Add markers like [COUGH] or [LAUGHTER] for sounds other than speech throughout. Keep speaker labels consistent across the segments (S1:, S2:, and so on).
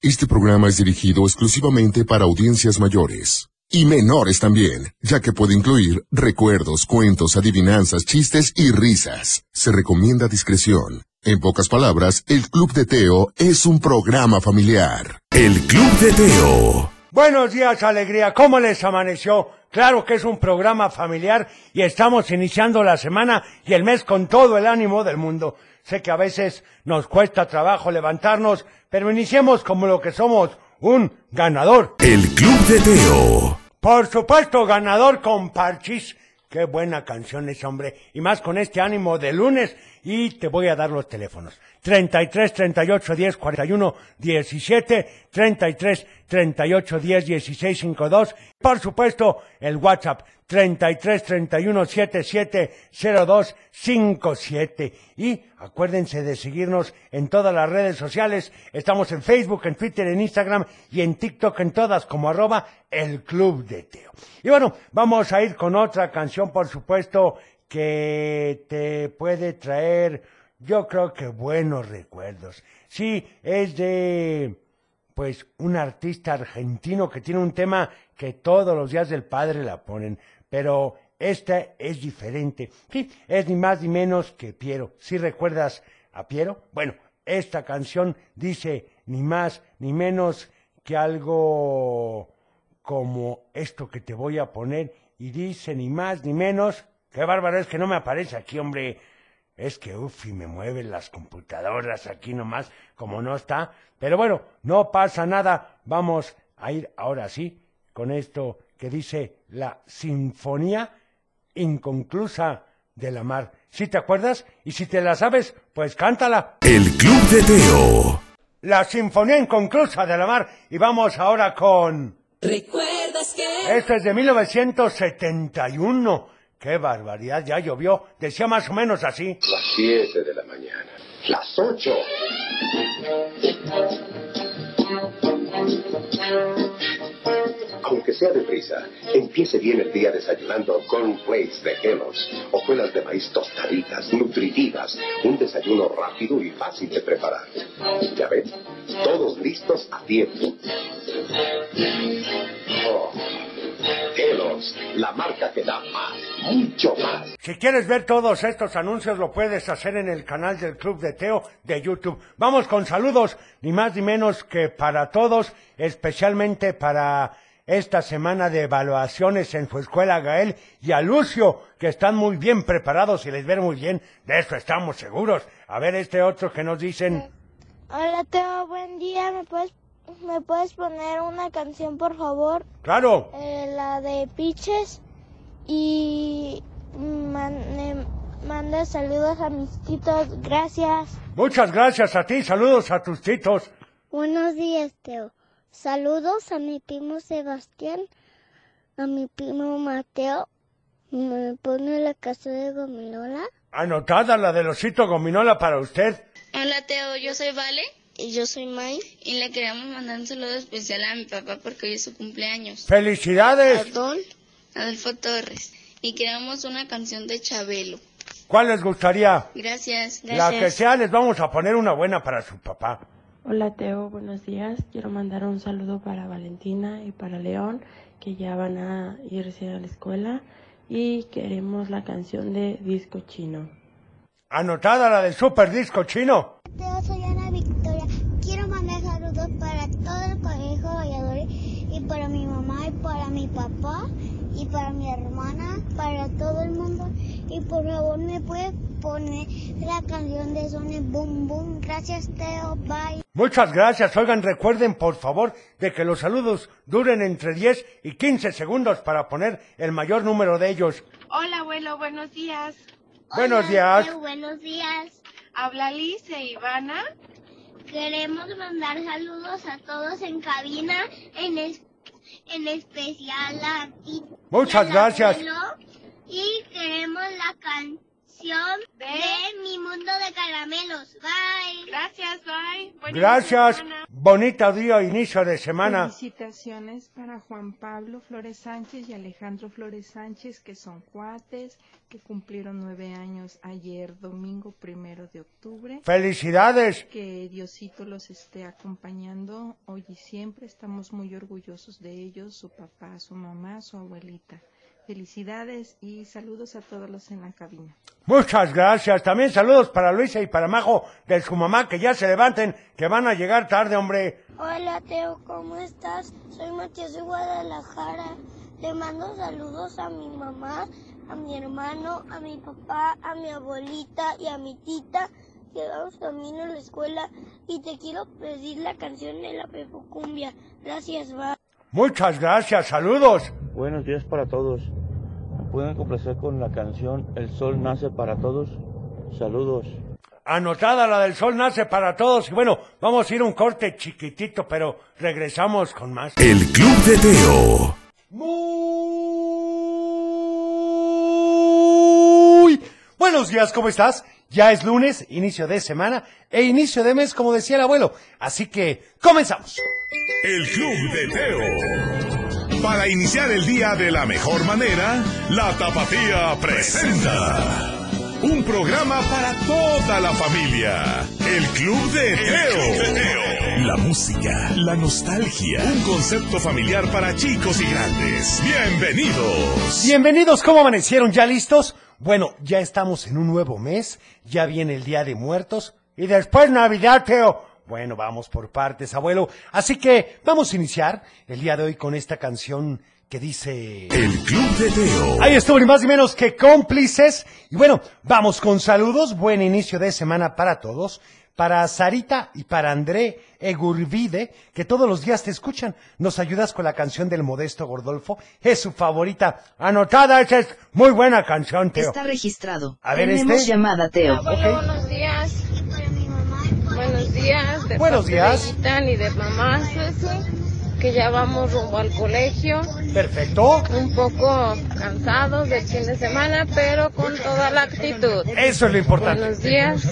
S1: Este programa es dirigido exclusivamente para audiencias mayores. Y menores también, ya que puede incluir recuerdos, cuentos, adivinanzas, chistes y risas. Se recomienda discreción. En pocas palabras, el Club de Teo es un programa familiar.
S2: El Club de Teo.
S3: Buenos días, alegría. ¿Cómo les amaneció? Claro que es un programa familiar y estamos iniciando la semana y el mes con todo el ánimo del mundo. Sé que a veces nos cuesta trabajo levantarnos, pero iniciemos como lo que somos, un ganador.
S2: El Club de Teo.
S3: Por supuesto, ganador con parchis. Qué buena canción es, hombre. Y más con este ánimo de lunes. Y te voy a dar los teléfonos. 33 38 10 41 17, 33 38 10 16 52. Por supuesto, el WhatsApp 33 31 77 02 57. Y acuérdense de seguirnos en todas las redes sociales. Estamos en Facebook, en Twitter, en Instagram y en TikTok en todas como arroba el Club de Teo. Y bueno, vamos a ir con otra canción, por supuesto, que te puede traer, yo creo que buenos recuerdos. Sí, es de, pues, un artista argentino que tiene un tema que todos los días del padre la ponen, pero esta es diferente. Sí, es ni más ni menos que Piero. ¿Sí recuerdas a Piero? Bueno, esta canción dice ni más ni menos que algo como esto que te voy a poner y dice ni más ni menos, qué bárbaro es que no me aparece aquí, hombre. Es que uff, y me mueven las computadoras aquí nomás, como no está. Pero bueno, no pasa nada. Vamos a ir ahora sí con esto que dice la Sinfonía Inconclusa de la Mar. Si te acuerdas y si te la sabes, pues cántala.
S2: El Club de Teo.
S3: La Sinfonía Inconclusa de la Mar. Y vamos ahora con...
S4: ¿Recuerdas que?
S3: Esto es de 1971. ¡Qué barbaridad! Ya llovió. Decía más o menos así.
S5: Las 7 de la mañana. Las 8. Aunque sea deprisa, empiece bien el día desayunando cornflakes de Kellogg's, hojuelas de maíz tostaditas, nutritivas, un desayuno rápido y fácil de preparar. Ya ves, todos listos a tiempo. Oh, Kellogg's, la marca que da más, mucho más.
S3: Si quieres ver todos estos anuncios, lo puedes hacer en el canal del Club de Teo de YouTube. Vamos con saludos, ni más ni menos que para todos, especialmente para esta semana de evaluaciones en su escuela Gael y a Lucio, que están muy bien preparados y les ven muy bien. De eso estamos seguros. A ver este otro que nos dicen.
S6: Hola Teo, buen día. ¿Me puedes, me puedes poner una canción, por favor?
S3: Claro,
S6: Eh, la de Piches. Y man- me manda saludos a mis titos. Gracias.
S3: muchas gracias a ti, saludos a tus titos.
S6: Buenos días, Teo. Saludos a mi primo Sebastián, a mi primo Mateo. Me pone la casa de Gomilola.
S3: Anotada la del osito gominola para usted.
S7: Hola Teo, yo soy Vale
S6: Y yo soy May.
S7: y le queremos mandar un saludo especial a mi papá porque hoy es su cumpleaños,
S3: ¡Felicidades!
S6: Perdón.
S7: Adolfo Torres, y queremos una canción de Chabelo.
S3: ¿Cuál les gustaría?
S7: Gracias.
S3: La que sea, les vamos a poner una buena para su papá.
S8: Hola Teo, buenos días. Quiero mandar un saludo para Valentina y para León, que ya van a irse a la escuela. Y queremos la canción de Disco Chino.
S3: Anotada la del super disco chino.
S6: Teo, soy Ana Victoria. Quiero mandar saludos para todo el colegio Valladolid y para mi mamá y para mi papá y para mi hermana, para todo el mundo. Y por favor, ¿me puedes poner la canción de Sony Boom Boom? Gracias, Teo. Bye.
S3: Muchas gracias. Oigan, recuerden, por favor, de que los saludos duren entre 10 y 15 segundos para poner el mayor número de ellos.
S9: Hola, abuelo, buenos días.
S3: Buenos días.
S6: buenos días.
S9: Habla Liz e Ivana.
S6: Queremos mandar saludos a todos en cabina, en, en especial a ti.
S3: Muchas gracias.
S6: Y queremos la canción de Mi Mundo de Caramelos. Bye.
S9: Gracias, bye. Buen
S3: Gracias.
S9: inicio de semana.
S3: Bonito día, inicio de semana.
S10: Felicitaciones para Juan Pablo Flores Sánchez y Alejandro Flores Sánchez, que son cuates, que cumplieron nueve años ayer, domingo primero de octubre.
S3: Felicidades.
S10: Que Diosito los esté acompañando hoy y siempre. Estamos muy orgullosos de ellos, su papá, su mamá, su abuelita. Felicidades y saludos a todos los en la cabina.
S11: Muchas gracias. También saludos para Luisa y para Majo de su mamá, que ya se levanten, que van a llegar tarde, hombre.
S6: Hola Teo, ¿cómo estás? Soy Matías de Guadalajara. Le mando saludos a mi mamá, a mi hermano, a mi papá, a mi abuelita y a mi tita que vamos camino a la escuela y te quiero pedir la canción de la pepocumbia. Gracias, va.
S11: Muchas gracias, saludos.
S12: Buenos días para todos. ¿Me pueden complacer con la canción El Sol Nace para Todos? Saludos.
S11: Anotada la del Sol Nace para Todos. Y bueno, vamos a ir a un corte chiquitito, pero regresamos con más.
S13: El Club de Teo.
S3: Muy buenos días, ¿cómo estás? Ya es lunes, inicio de semana e inicio de mes, como decía el abuelo. Así que comenzamos.
S13: El Club de Teo. Para iniciar el día de la mejor manera, la Tapatía presenta. Un programa para toda la familia. El Club de Teo. La música, la nostalgia, un concepto familiar para chicos y grandes. Bienvenidos.
S3: Bienvenidos, ¿cómo amanecieron? ¿Ya listos? Bueno, ya estamos en un nuevo mes, ya viene el Día de Muertos y después Navidad, Teo. Bueno, vamos por partes, abuelo. Así que vamos a iniciar el día de hoy con esta canción que dice...
S13: El Club de Teo.
S3: Ahí estuvo, ni más ni menos que cómplices. Y bueno, vamos con saludos. Buen inicio de semana para todos. Para Sarita y para André Egurvide, que todos los días te escuchan. Nos ayudas con la canción del modesto Gordolfo. Es su favorita. Anotada, esa es muy buena canción, Teo.
S14: Está registrado.
S3: A ver,
S14: Tenemos
S3: este.
S14: llamada, Teo.
S9: Buenos días. Buenos días. de
S3: Buenos
S9: parte
S3: días.
S9: De Itán y de mamá, Ceci, que ya vamos rumbo al colegio.
S3: Perfecto.
S9: Un poco cansados del fin de semana, pero con toda la actitud.
S3: Eso es lo importante.
S9: Buenos días.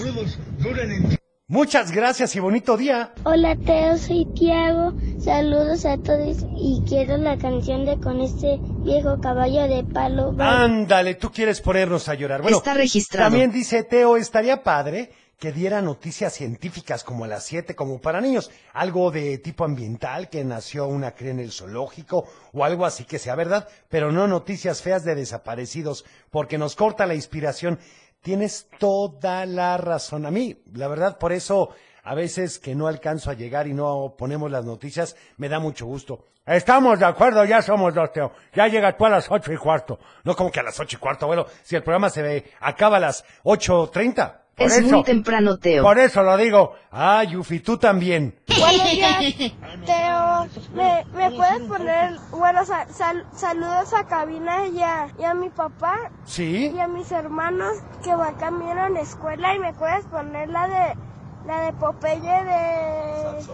S3: Muchas gracias y bonito día.
S6: Hola Teo, soy Tiago. Saludos a todos y quiero la canción de con este viejo caballo de palo.
S3: Ah, Ándale, tú quieres ponernos a llorar. Bueno,
S14: Está registrado.
S3: También dice Teo, estaría padre que diera noticias científicas como a las 7, como para niños. Algo de tipo ambiental, que nació una cría en el zoológico o algo así que sea verdad, pero no noticias feas de desaparecidos, porque nos corta la inspiración. Tienes toda la razón. A mí, la verdad, por eso a veces que no alcanzo a llegar y no ponemos las noticias, me da mucho gusto. Estamos de acuerdo, ya somos dos, Teo. Ya llega tú a las ocho y cuarto. No como que a las ocho y cuarto, abuelo. Si el programa se ve, acaba a las ocho treinta. Por
S14: Es
S3: eso,
S14: muy temprano, Teo.
S3: por eso lo digo. Ah, Yufi, tú también.
S6: Buenos días,
S3: Ah,
S6: Teo. ¿Me, me puedes poner, bueno, sa- sal- saludos a Cabina y a, y a mi papá
S3: Sí.
S6: y a mis hermanos que van camino a la escuela y me puedes poner la de, la de Popeye de,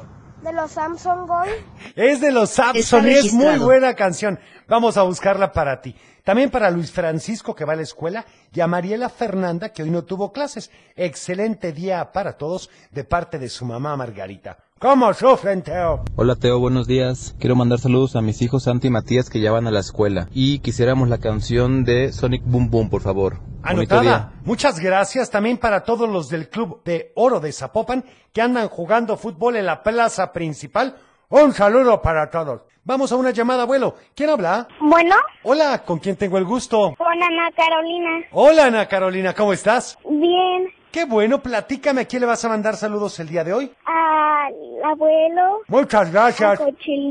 S6: de los Samsung Gold?
S3: Es de los Samson y es muy
S14: registrado.
S3: buena canción. Vamos a buscarla para ti. También para Luis Francisco, que va a la escuela, y a Mariela Fernanda, que hoy no tuvo clases. Excelente día para todos de parte de su mamá Margarita. ¿Cómo sufren, Teo?
S15: Hola Teo, buenos días. Quiero mandar saludos a mis hijos Santi y Matías que ya van a la escuela. Y quisiéramos la canción de Sonic Boom Boom, por favor. Bonito
S3: Anotada.
S15: día.
S3: Muchas gracias también para todos los del Club de Oro de Zapopan que andan jugando fútbol en la plaza principal. Un saludo para todos. Vamos a una llamada, abuelo. ¿Quién habla?
S6: Bueno,
S3: Hola, ¿con quién tengo el gusto?
S6: con Ana Carolina.
S3: Hola, Ana Carolina, ¿cómo estás?
S6: Bien,
S3: Qué bueno, platícame a quién le vas a mandar saludos el día de hoy.
S6: al abuelo,
S3: Muchas
S6: a
S3: gracias.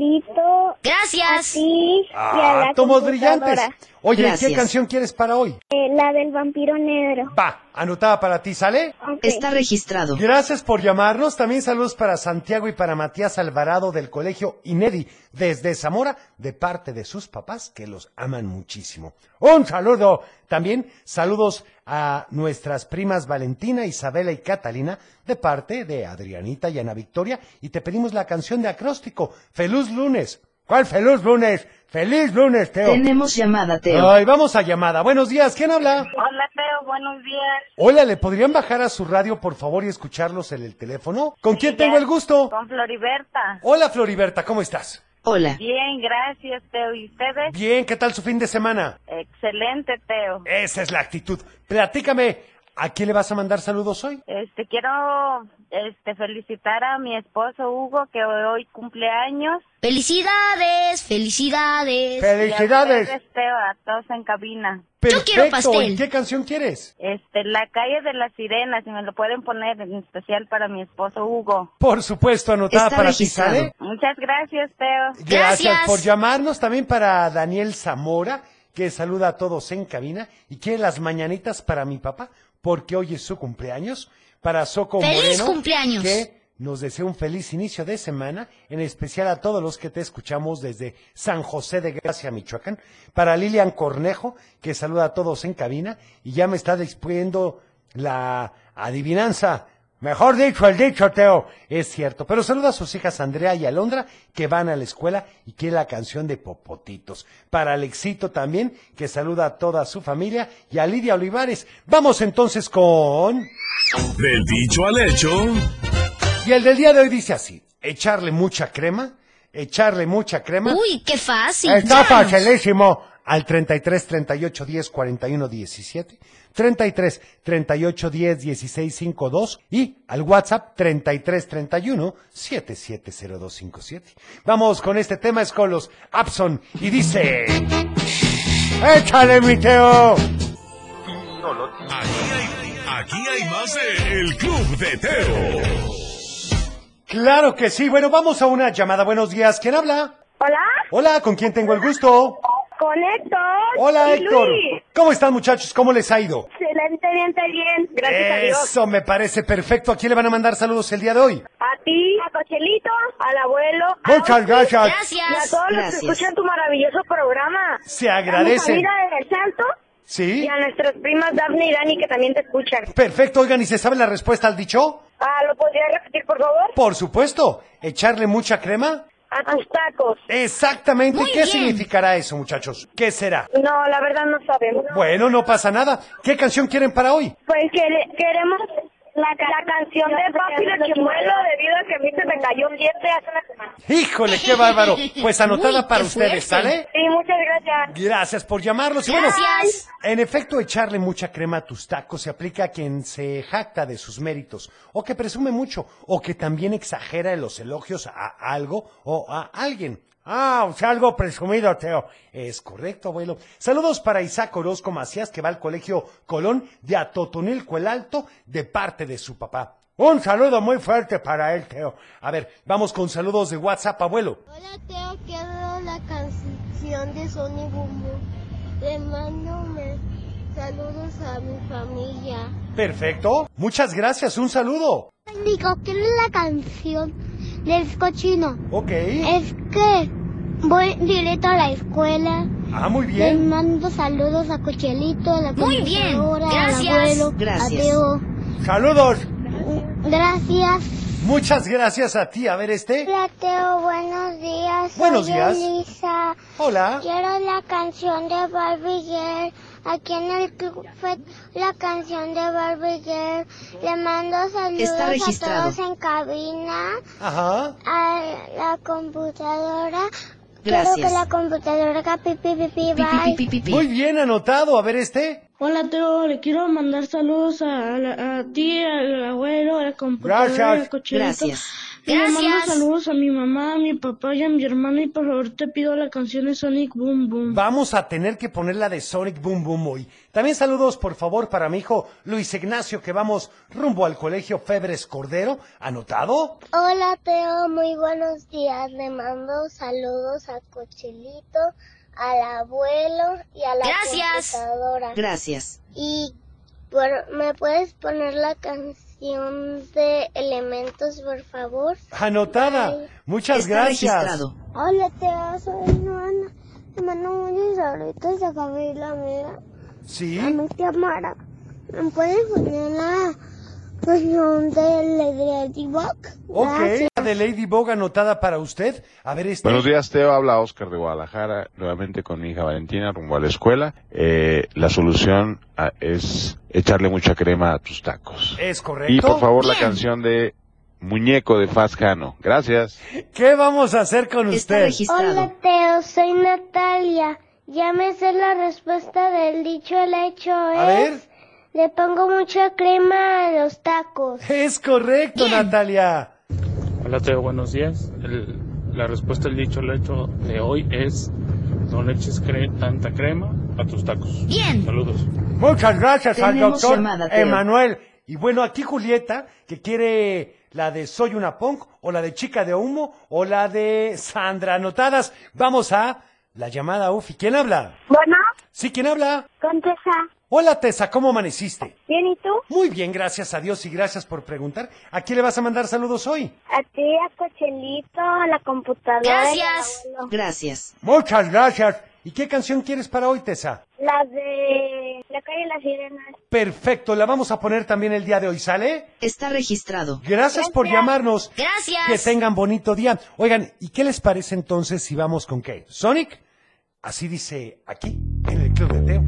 S6: Cochilito,
S14: Gracias.
S6: pues, sí, y a
S3: Ah,
S6: la
S3: tomos
S6: computadora.
S3: brillantes. Oye, ¿qué
S14: Gracias.
S3: canción quieres para hoy?
S6: Eh, la del vampiro negro.
S3: Va, anotada para ti, ¿sale?
S6: Ok.
S14: Está registrado.
S3: Gracias por llamarnos. También saludos para Santiago y para Matías Alvarado del Colegio Inedi desde Zamora de parte de sus papás que los aman muchísimo. Un saludo. También saludos a nuestras primas Valentina, Isabela y Catalina de parte de Adrianita y Ana Victoria y te pedimos la canción de acróstico. Feliz lunes. ¿Cuál feliz lunes? Feliz lunes, Teo.
S14: Tenemos llamada, Teo.
S3: Ay, vamos a llamada. Buenos días. ¿Quién habla?
S6: Hola, Teo, buenos días.
S3: Hola, ¿le podrían bajar a su radio, por favor, y escucharlos en el teléfono? ¿Con quién tengo el gusto?
S6: Con Floriberta.
S3: Hola, Floriberta, ¿cómo estás?
S14: Hola.
S6: Bien, gracias, Teo. ¿Y ustedes?
S3: Bien, ¿qué tal su fin de semana? Eh.
S6: Excelente, Teo.
S3: Esa es la actitud. Platícame, ¿A quién le vas a mandar saludos hoy?
S16: Este, quiero este, felicitar a mi esposo Hugo, que hoy cumple años.
S17: Felicidades, felicidades.
S3: Felicidades.
S16: Y a, ustedes, este, a todos en cabina.
S3: Perfecto.
S17: quiero pastel.
S3: ¿Y ¿Qué canción quieres?
S16: Este, la calle de las sirenas, si me lo pueden poner, en especial para mi esposo Hugo.
S3: Por supuesto, anotada
S16: Está
S3: Ah, para
S16: registrado.
S3: ti, ¿sale?
S16: Muchas gracias, Teo.
S3: Gracias. por llamarnos. También para Daniel Zamora, que saluda a todos en cabina y quiere las mañanitas para mi papá, porque hoy es su cumpleaños. Para Soco
S17: ¡Feliz
S3: Moreno,
S17: cumpleaños!
S3: que nos desea un feliz inicio de semana, en especial a todos los que te escuchamos desde San José de Gracia, Michoacán. Para Lilian Cornejo, que saluda a todos en cabina y ya me está disponiendo la adivinanza. Mejor dicho, el dicho, Teo. Es cierto. Pero saluda a sus hijas Andrea y Alondra, que van a la escuela y quiere la canción de Popotitos. Para Alexito también, que saluda a toda su familia y a Lidia Olivares. Vamos entonces con...
S13: Del dicho al hecho,
S3: Y el del día de hoy dice así, echarle mucha crema, echarle mucha crema.
S17: Uy, qué fácil.
S3: Está
S17: Llámanos.
S3: facilísimo. Al 33 38 10 41 17, 33 38 10 16 52 y al WhatsApp 33 31 770257. Vamos con este tema, es con los Abson y dice: ¡Échale, mi Teo!
S13: aquí hay, aquí hay más de El Club de Teo.
S3: Claro que sí. Bueno, vamos a una llamada. Buenos días. ¿Quién habla?
S7: Hola,
S3: Hola, ¿con quién tengo el gusto?
S7: con Héctor.
S3: Hola,
S7: y
S3: Héctor.
S7: Luis.
S3: ¿Cómo están, muchachos? ¿Cómo les ha ido?
S7: Excelente, bien, está bien. Gracias a Dios.
S3: Eso me parece perfecto. ¿A quién le van a mandar saludos el día de hoy?
S7: A ti, a Cochelito, al abuelo. a
S3: Muchas
S7: Otis,
S3: gracias.
S7: Y a todos los
S3: Gracias.
S7: que escuchan tu maravilloso programa.
S3: Se
S7: A mi
S3: agradecen.
S7: familia del Santo
S3: ¿Sí?
S7: y a nuestras primas Daphne y Dani que también te escuchan.
S3: Perfecto, oigan, ¿y se sabe la respuesta al dicho?
S7: Ah, ¿lo podrías repetir, por favor?
S3: Por supuesto. ¿Echarle mucha crema?
S7: A tus tacos.
S3: Exactamente.
S7: Muy
S3: ¿Qué
S7: bien.
S3: significará eso, muchachos? ¿Qué será?
S7: No, la verdad no sabemos.
S3: Bueno, no pasa nada. ¿Qué canción quieren para hoy?
S7: Pues quere- queremos la, ca- la canción de Papi de Chimuelo debido a que a mí se me cayó un diente hace una semana.
S3: Híjole, qué bárbaro.
S7: [LAUGHS]
S3: Pues anotada para ustedes, ¿sale?
S7: Sí, muchas gracias.
S3: Gracias por llamarlos. Y bueno,
S7: Gracias.
S3: en efecto, echarle mucha crema a tus tacos se aplica a quien se jacta de sus méritos, o que presume mucho, o que también exagera en los elogios a algo o a alguien. Ah, o sea, algo presumido, Teo. Es correcto, abuelo. Saludos para Isaac Orozco Macías, que va al colegio Colón de Atotonilco el Alto, de parte de su papá. Un saludo muy fuerte para él, Teo. A ver, vamos con saludos de WhatsApp, abuelo.
S6: Hola Teo, quiero la canción de Sony Boom Boom. Le mando me- saludos a mi familia.
S3: Perfecto. Muchas gracias. Un saludo.
S6: Digo, quiero la canción del cochino.
S3: Ok.
S6: Es que voy directo a la escuela.
S3: Ah, muy
S6: Le
S3: bien.
S6: mando saludos a Cochelito, a la
S17: Muy bien,
S6: computadora,
S17: gracias.
S6: al abuelo,
S17: Gracias.
S6: a Teo.
S3: Saludos.
S6: Gracias.
S3: Muchas gracias a ti. A ver este.
S6: Hola Teo, buenos días.
S3: Buenos
S6: Soy
S3: días.
S6: Elisa.
S3: Hola.
S6: Quiero la canción de Barbie Girl. Aquí en el club fue la canción de Barbie Girl. Le mando
S18: Está
S6: saludos a
S18: registrado.
S6: todos en cabina,
S3: Ajá.
S6: a la computadora. Quiero
S3: Gracias.
S6: que la computadora haga pipi pipi bye.
S3: Muy bien anotado. A ver este.
S8: Hola Teo, le quiero mandar saludos a, a la- a ti, al abuelo, a la computadora,
S3: Gracias.
S8: al cochinito.
S3: Gracias.
S8: Y le mando
S17: Gracias.
S8: saludos a mi mamá, a mi papá y a mi hermana y por favor te pido la canción de Sonic Boom Boom.
S3: Vamos a tener que poner la de Sonic Boom Boom hoy. También saludos, por favor, para mi hijo Luis Ignacio, que vamos rumbo al colegio Febres Cordero. ¿Anotado?
S6: Hola Teo, muy buenos días. Le mando saludos a Cochelito, al abuelo y a la
S17: Gracias.
S6: computadora.
S18: Gracias.
S6: Y por- me puedes poner la canción de Elementos, por favor.
S3: Anotada. Muchas
S6: Está
S3: gracias.
S6: registrado. Hola Teo, soy Luana. Te mando muchos saludos a Gabriela, amiga.
S3: Sí.
S6: A mi tía Mara. ¿Me puedes poner la canción de Ladybug?
S3: Ok.
S6: Gracias.
S3: La de Ladybug anotada para usted. A ver este.
S5: Buenos días, Teo. Habla Oscar de Guadalajara, nuevamente con mi hija Valentina, rumbo a la escuela. Eh, la solución a- es echarle mucha crema a tus tacos.
S3: Es correcto.
S5: Y por favor, la canción de Muñeco de Faz Cano. Gracias.
S3: ¿Qué vamos a hacer con usted?
S6: Hola Teo, soy Natalia. Ya me sé la respuesta del dicho el hecho es
S3: A ver.
S6: Le pongo mucha crema a los tacos.
S19: Es correcto, Natalia.
S13: Hola, Teo, buenos días. El- la respuesta al dicho al hecho de hoy es: no le eches cre- tanta crema a tus tacos. Bien. Saludos.
S3: Muchas gracias al
S13: Tenemos
S3: doctor
S13: llamada, Teo.
S3: Emanuel. Y bueno, aquí Julieta, que quiere la de Soy una punk, o la de Chica de Humo, o la de Sandra Anotadas. Vamos a la llamada Ufi. ¿Quién habla?
S6: Bueno,
S3: Sí, ¿quién habla?
S6: contesta.
S3: Hola Tessa, ¿cómo amaneciste?
S6: Bien, ¿y tú?
S3: Muy bien, gracias a Dios y gracias por preguntar. ¿A quién le vas a mandar saludos hoy?
S6: A ti, a Cochelito, a la computadora.
S20: Gracias.
S6: y al abuelo.
S20: Gracias.
S3: Muchas gracias. ¿Y qué canción quieres para hoy, Tessa?
S6: Las de la calle Las Sirenas.
S3: Perfecto, la vamos a poner también el día de hoy, ¿sale?
S20: Está registrado.
S3: Gracias por llamarnos.
S20: Gracias.
S3: Que tengan bonito día. Oigan, ¿y qué les parece entonces si vamos con qué? ¿Sonic? Así dice aquí, en el Club de Teo.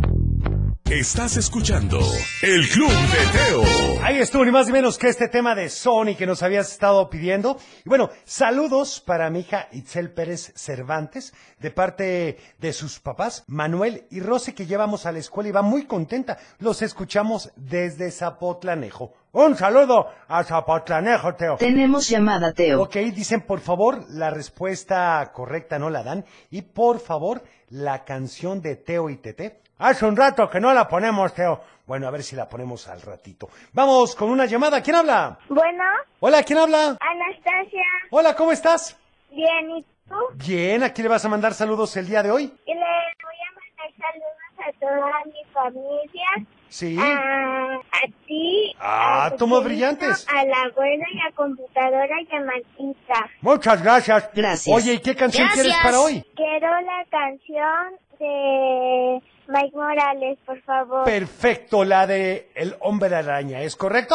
S21: Estás escuchando el Club de Teo.
S3: Ahí estuvo, ni más ni menos que este tema de Sony que nos habías estado pidiendo. Y bueno, saludos para mi hija Itzel Pérez Cervantes, de parte de sus papás, Manuel y Rosy, que llevamos a la escuela y va muy contenta. Los escuchamos desde Zapotlanejo. Un saludo a Zapotlanejo, Teo.
S20: Tenemos llamada, Teo.
S3: Ok, dicen por favor la respuesta correcta no la dan y por favor la canción de Teo y Tete. Hace un rato que no la ponemos, Teo. Bueno, a ver si la ponemos al ratito. Vamos con una llamada. ¿Quién habla?
S6: Bueno,
S3: Hola, ¿quién habla?
S6: Anastasia.
S3: Hola, ¿cómo estás?
S6: Bien, ¿y tú?
S3: Bien, ¿a quién le vas a mandar saludos el día de hoy?
S6: Y le voy a mandar saludos a toda mi familia.
S3: Sí.
S6: A, a ti.
S3: Ah,
S6: a tu
S3: toma
S6: querido,
S3: brillantes.
S6: A la abuela y a computadora y a Matita.
S3: Muchas gracias.
S20: Gracias.
S3: Oye, ¿y qué canción quieres para hoy?
S6: Quiero la canción de Mike Morales, por favor.
S3: Perfecto, la de El Hombre Araña, ¿es correcto?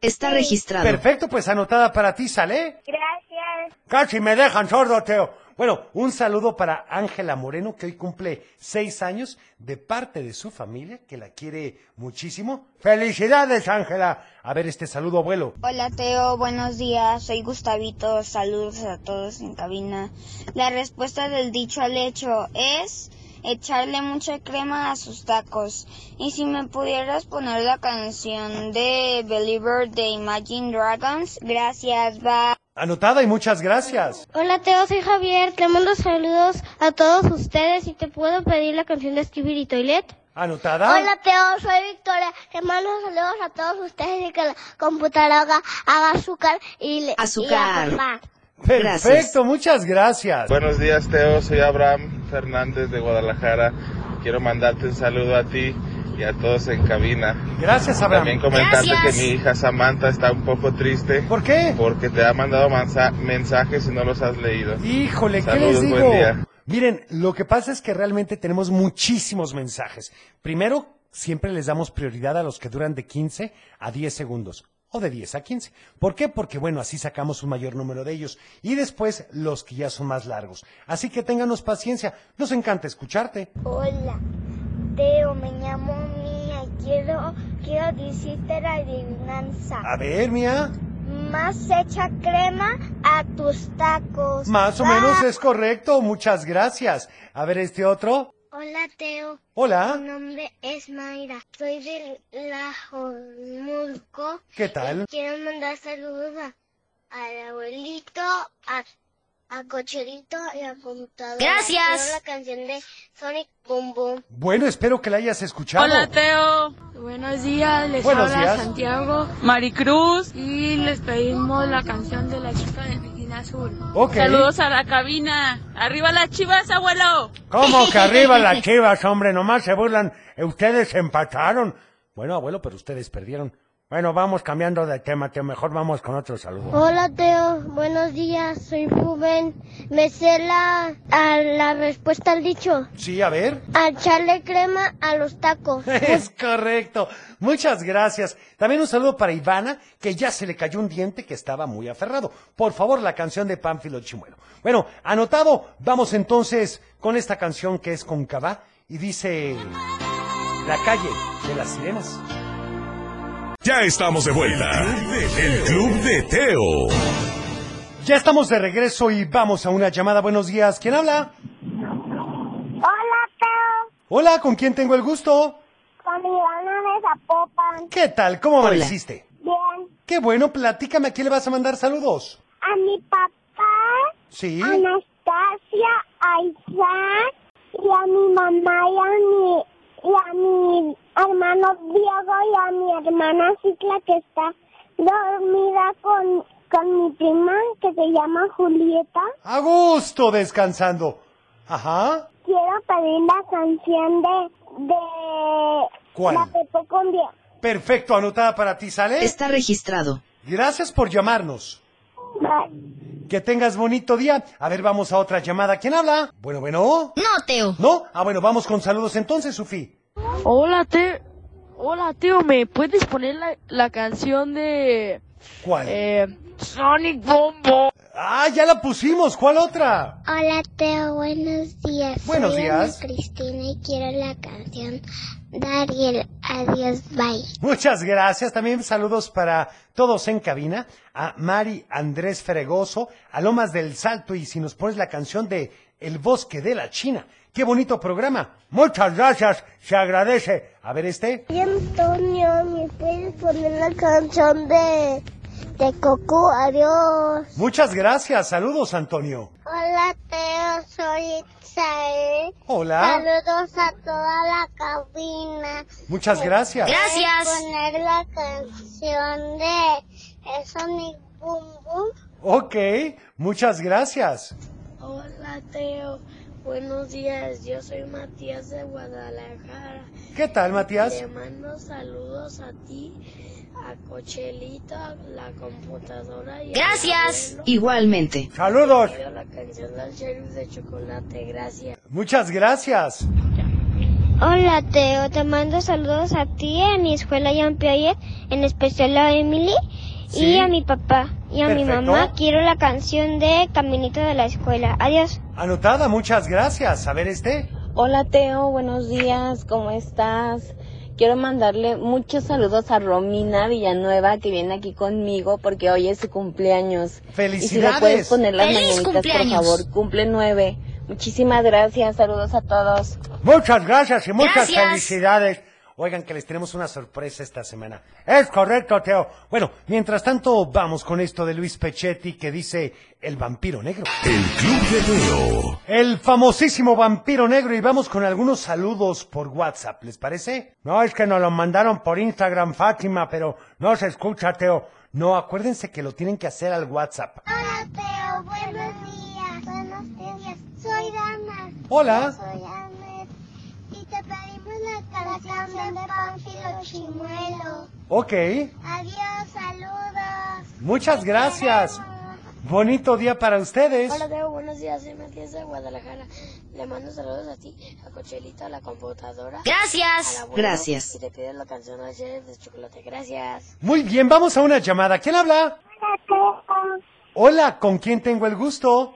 S20: Está registrado.
S3: Perfecto, pues anotada para ti, ¿sale?
S6: Gracias.
S3: Casi me dejan sordo, Teo. Bueno, un saludo para Ángela Moreno, que hoy cumple seis años, de parte de su familia, que la quiere muchísimo. ¡Felicidades, Ángela! A ver este saludo, abuelo.
S7: Hola Teo, buenos días, soy Gustavito, saludos a todos en cabina. La respuesta del dicho al hecho es echarle mucha crema a sus tacos. Y si me pudieras poner la canción de Believer de Imagine Dragons, gracias, bye.
S3: Anotada y muchas gracias.
S6: Hola Teo, soy Javier. Te mando saludos a todos ustedes y te puedo pedir la canción de Skibidi y Toilet.
S3: ¿Anotada?
S20: ¿Ah?
S6: Hola Teo, soy Victoria. Te mando saludos a todos ustedes y que la computadora haga azúcar y le...
S20: Azúcar.
S6: y a papá.
S3: Perfecto, muchas gracias.
S22: Buenos días, Teo. Soy Abraham Fernández de Guadalajara. Quiero mandarte un saludo a ti y a todos en cabina.
S3: Gracias, Abraham.
S22: También comentarte
S3: Gracias.
S22: que mi hija Samantha está un poco triste.
S3: ¿Por qué?
S22: Porque te ha mandado mansa- mensajes y no los has leído.
S3: Híjole, ¿qué
S22: Saludos,
S3: les digo?
S22: buen día.
S3: Miren, lo que pasa es que realmente tenemos muchísimos mensajes. Primero, siempre les damos prioridad a los que duran de 15 a 10 segundos. O de 10 a 15. ¿Por qué? Porque, bueno, así sacamos un mayor número de ellos. Y después los que ya son más largos. Así que ténganos paciencia. Nos encanta escucharte.
S6: Hola, Teo, me llamo Mía. Quiero, quiero decirte la adivinanza.
S3: A ver, mía.
S6: Más hecha crema a tus tacos. Ah.
S3: Más o menos es correcto. Muchas gracias. A ver, este otro.
S6: Hola, Teo. Mi
S3: Hola.
S6: nombre es Mayra. Soy de La Jornulco.
S3: ¿Qué tal?
S6: Quiero mandar saludos a, al abuelito, a, a Cocherito y a Computadora.
S23: Gracias.
S6: Quiero la canción de Sonic Boom Boom.
S3: Bueno, espero que la hayas escuchado.
S8: Teo. Buenos días, les
S3: Buenos
S8: habla
S3: días.
S8: Santiago, Maricruz y les pedimos la canción de la chica del bikini azul.
S3: Ok.
S8: Saludos a la cabina. Arriba las chivas, abuelo.
S3: ¿Cómo que arriba las chivas, hombre? Nomás se burlan. Eh, Ustedes empataron. Bueno, abuelo, pero ustedes perdieron. Bueno, vamos cambiando de tema, Teo. Mejor vamos con otro saludo.
S6: Hola Teo, buenos días, soy Rubén. Me sé la, a la respuesta al dicho.
S3: Sí, a ver.
S6: A echarle crema a los
S3: [LAUGHS]
S6: tacos.
S3: Es correcto. Muchas gracias. También un saludo para Ivana, que ya se le cayó un diente que estaba muy aferrado. Por favor, la canción de Pánfilo Chimuelo. Bueno, anotado, vamos entonces con esta canción que es con Cabá y dice La calle de las sirenas.
S21: Ya estamos de vuelta. El Club de Teo.
S3: Ya estamos de regreso y vamos a una llamada. Buenos días. ¿Quién habla?
S6: Hola Teo,
S3: Hola, ¿con quién tengo el gusto?
S6: con Ivana de
S7: Zapopan.
S3: ¿Qué tal? ¿Cómo
S7: Hola.
S3: amaneciste?
S7: Bien.
S3: Qué bueno, platícame, ¿a quién le vas a mandar saludos?
S7: A mi papá.
S3: Sí.
S7: A Anastasia, a Isaac y a mi mamá y a mi, y a mi hermano Diego y a mi hermana Cicla que está dormida con, con mi prima que se llama Julieta.
S3: A gusto descansando. Ajá.
S7: Quiero pedir la canción de... de
S3: ¿Cuál?
S7: La Pepe con Dios.
S3: Perfecto, anotada para ti, ¿sale?
S14: Está registrado.
S3: Gracias por llamarnos. Que tengas bonito día. A ver, vamos a otra llamada. ¿Quién habla? Bueno, bueno.
S24: No, Teo.
S3: ¿No? Ah, bueno, vamos con saludos entonces, Sufi.
S1: Hola, Teo. Hola, Teo. ¿Me puedes poner la, la canción de.
S3: ¿Cuál?
S1: Eh, Sonic Bombo.
S3: Ah, ya la pusimos. ¿Cuál otra?
S6: Hola Teo, buenos días.
S3: Buenos
S6: Soy
S3: días.
S6: Ana Cristina y quiero la canción Dariel. Adiós, bye.
S3: Muchas gracias. También saludos para todos en cabina. A Mari Andrés Fregoso, a Lomas del Salto y si nos pones la canción de El Bosque de la China. Qué bonito programa. Muchas gracias. Se agradece. A ver este.
S6: Soy Antonio, me puedes poner la canción de, de Coco, adiós.
S3: Muchas gracias. Saludos, Antonio.
S6: Hola Teo, soy Itzael.
S3: Hola.
S6: Saludos a toda la cabina.
S3: Muchas gracias.
S6: ¿Puedes poner la canción de Sonic Boom Boom?
S3: Ok. Muchas gracias.
S4: Hola Teo, buenos días, yo soy Matías de Guadalajara.
S3: ¿Qué tal, Matías?
S4: Le mando saludos a ti, a Cochelito, a la computadora y a
S14: Gracias. Igualmente.
S3: Saludos.
S4: Pido la canción del sheriff de chocolate, gracias.
S3: Muchas gracias.
S6: Hola Teo, te mando saludos a ti, a mi escuela Jean Piaget, en especial a Emily
S3: Sí.
S6: y a mi papá y a mi
S3: Perfecto.
S6: mamá. Quiero la canción de Caminito de la Escuela. Adiós.
S3: Anotada. Muchas gracias. A ver este.
S5: Hola Teo, buenos días, ¿cómo estás? Quiero mandarle muchos saludos a Romina Villanueva que viene aquí conmigo porque hoy es su cumpleaños. Y si le
S3: ¡Felicidades!
S5: puedes poner las
S3: ¡Feliz
S5: mañanitas, por
S3: cumpleaños!
S5: favor, cumple nueve. Muchísimas gracias, saludos a todos.
S3: Muchas gracias y muchas
S5: Gracias.
S3: felicidades. Oigan, que les tenemos una sorpresa esta semana. Es correcto, Teo. Bueno, mientras tanto, vamos con esto de Luis Pechetti que dice el vampiro negro.
S13: El Club de Teo.
S3: El famosísimo vampiro negro y vamos con algunos saludos por WhatsApp, ¿les parece? No, es que nos lo mandaron por Instagram, Fátima, pero no se escucha, Teo. No, acuérdense que lo tienen que hacer al WhatsApp.
S6: Hola Teo, buenos días. Buenos días. Soy Dana.
S3: Hola. Yo
S6: soy Anet y te pedimos la canción de Pánfilo Chimuelo.
S3: Ok,
S6: Adiós, saludos.
S3: muchas gracias. Bonito día para ustedes.
S4: Hola Teo, buenos días, soy Matías de Guadalajara. Le mando saludos a ti, a Cochelito, a la computadora.
S24: Gracias.
S4: al abuelo,
S3: Gracias.
S4: Y te pido la canción del sheriff de chocolate, gracias.
S3: Muy bien, vamos a una llamada. ¿Quién habla? Hola, ¿con quién tengo el gusto?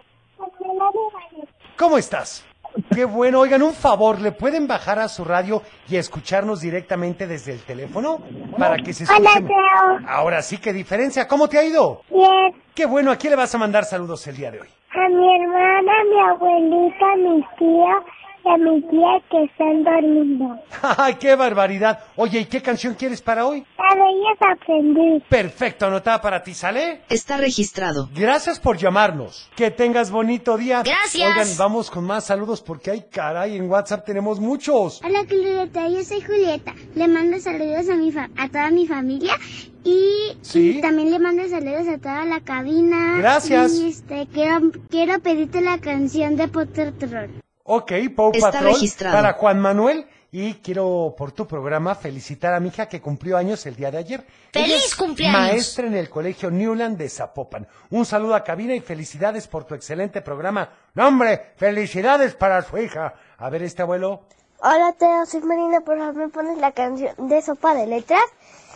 S3: ¿Cómo estás? Qué bueno, oigan, un favor, ¿le pueden bajar a su radio y escucharnos directamente desde el teléfono? Para que se
S7: Hola,
S3: escuchen.
S7: Teo.
S3: Ahora sí, qué diferencia. ¿Cómo te ha ido?
S7: Bien.
S3: Qué bueno, ¿a quién le vas a mandar saludos el día de hoy? [LAUGHS]
S7: A mi hermana, a mi abuelita, a mi tía y a mi tía que están dormidos.
S3: ¡Ay, qué barbaridad! Oye, ¿y qué canción quieres para hoy?
S7: La belleza aprendí.
S3: Perfecto, anotada para ti, ¿sale?
S14: Está registrado.
S3: Gracias por llamarnos. Que tengas bonito día.
S14: Gracias.
S3: Oigan, vamos con más saludos porque hay caray, en WhatsApp tenemos muchos.
S25: Hola Julieta, yo soy Julieta. Le mando saludos a mi fa- a toda mi familia y,
S3: Sí.
S25: y también le mando saludos a toda la cabina.
S3: Gracias.
S25: Y este, quiero, quiero pedirte la canción de Potter Troll.
S3: Ok, Pau
S25: Está
S3: Patrol
S25: registrado.
S3: para Juan Manuel. Y quiero por tu programa felicitar a mi hija que cumplió años el día de ayer.
S24: ¡Feliz
S3: Ella es
S24: cumpleaños!
S3: Maestra en el colegio Newland de Zapopan. Un saludo a cabina y felicidades por tu excelente programa. ¡Nombre! ¡Felicidades para su hija! A ver, este abuelo.
S25: Hola Teo, soy Marina, por favor me pones la canción de Sopa de Letras.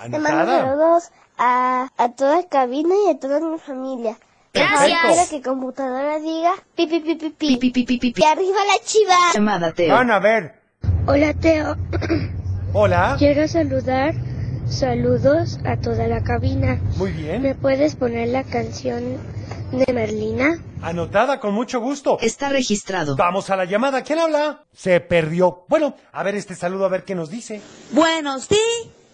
S25: Le mando
S3: Anotada.
S25: saludos a, a toda cabina y a toda mi familia. Por favor,
S14: Gracias.
S25: Quiero que computadora diga pi pi pi pi pi pi pi pi pi. Y arriba la chiva.
S14: Llamada Teo.
S3: Van a ver.
S25: Hola Teo,
S3: Hola.
S25: quiero saludar, saludos a toda la cabina.
S3: Muy bien.
S25: ¿Me puedes poner la canción de Merlina?
S3: Anotada con mucho gusto.
S14: Está registrado.
S3: Vamos a la llamada. ¿Quién habla? Se perdió. Bueno, a ver este saludo, a ver qué nos dice.
S26: Buenos días,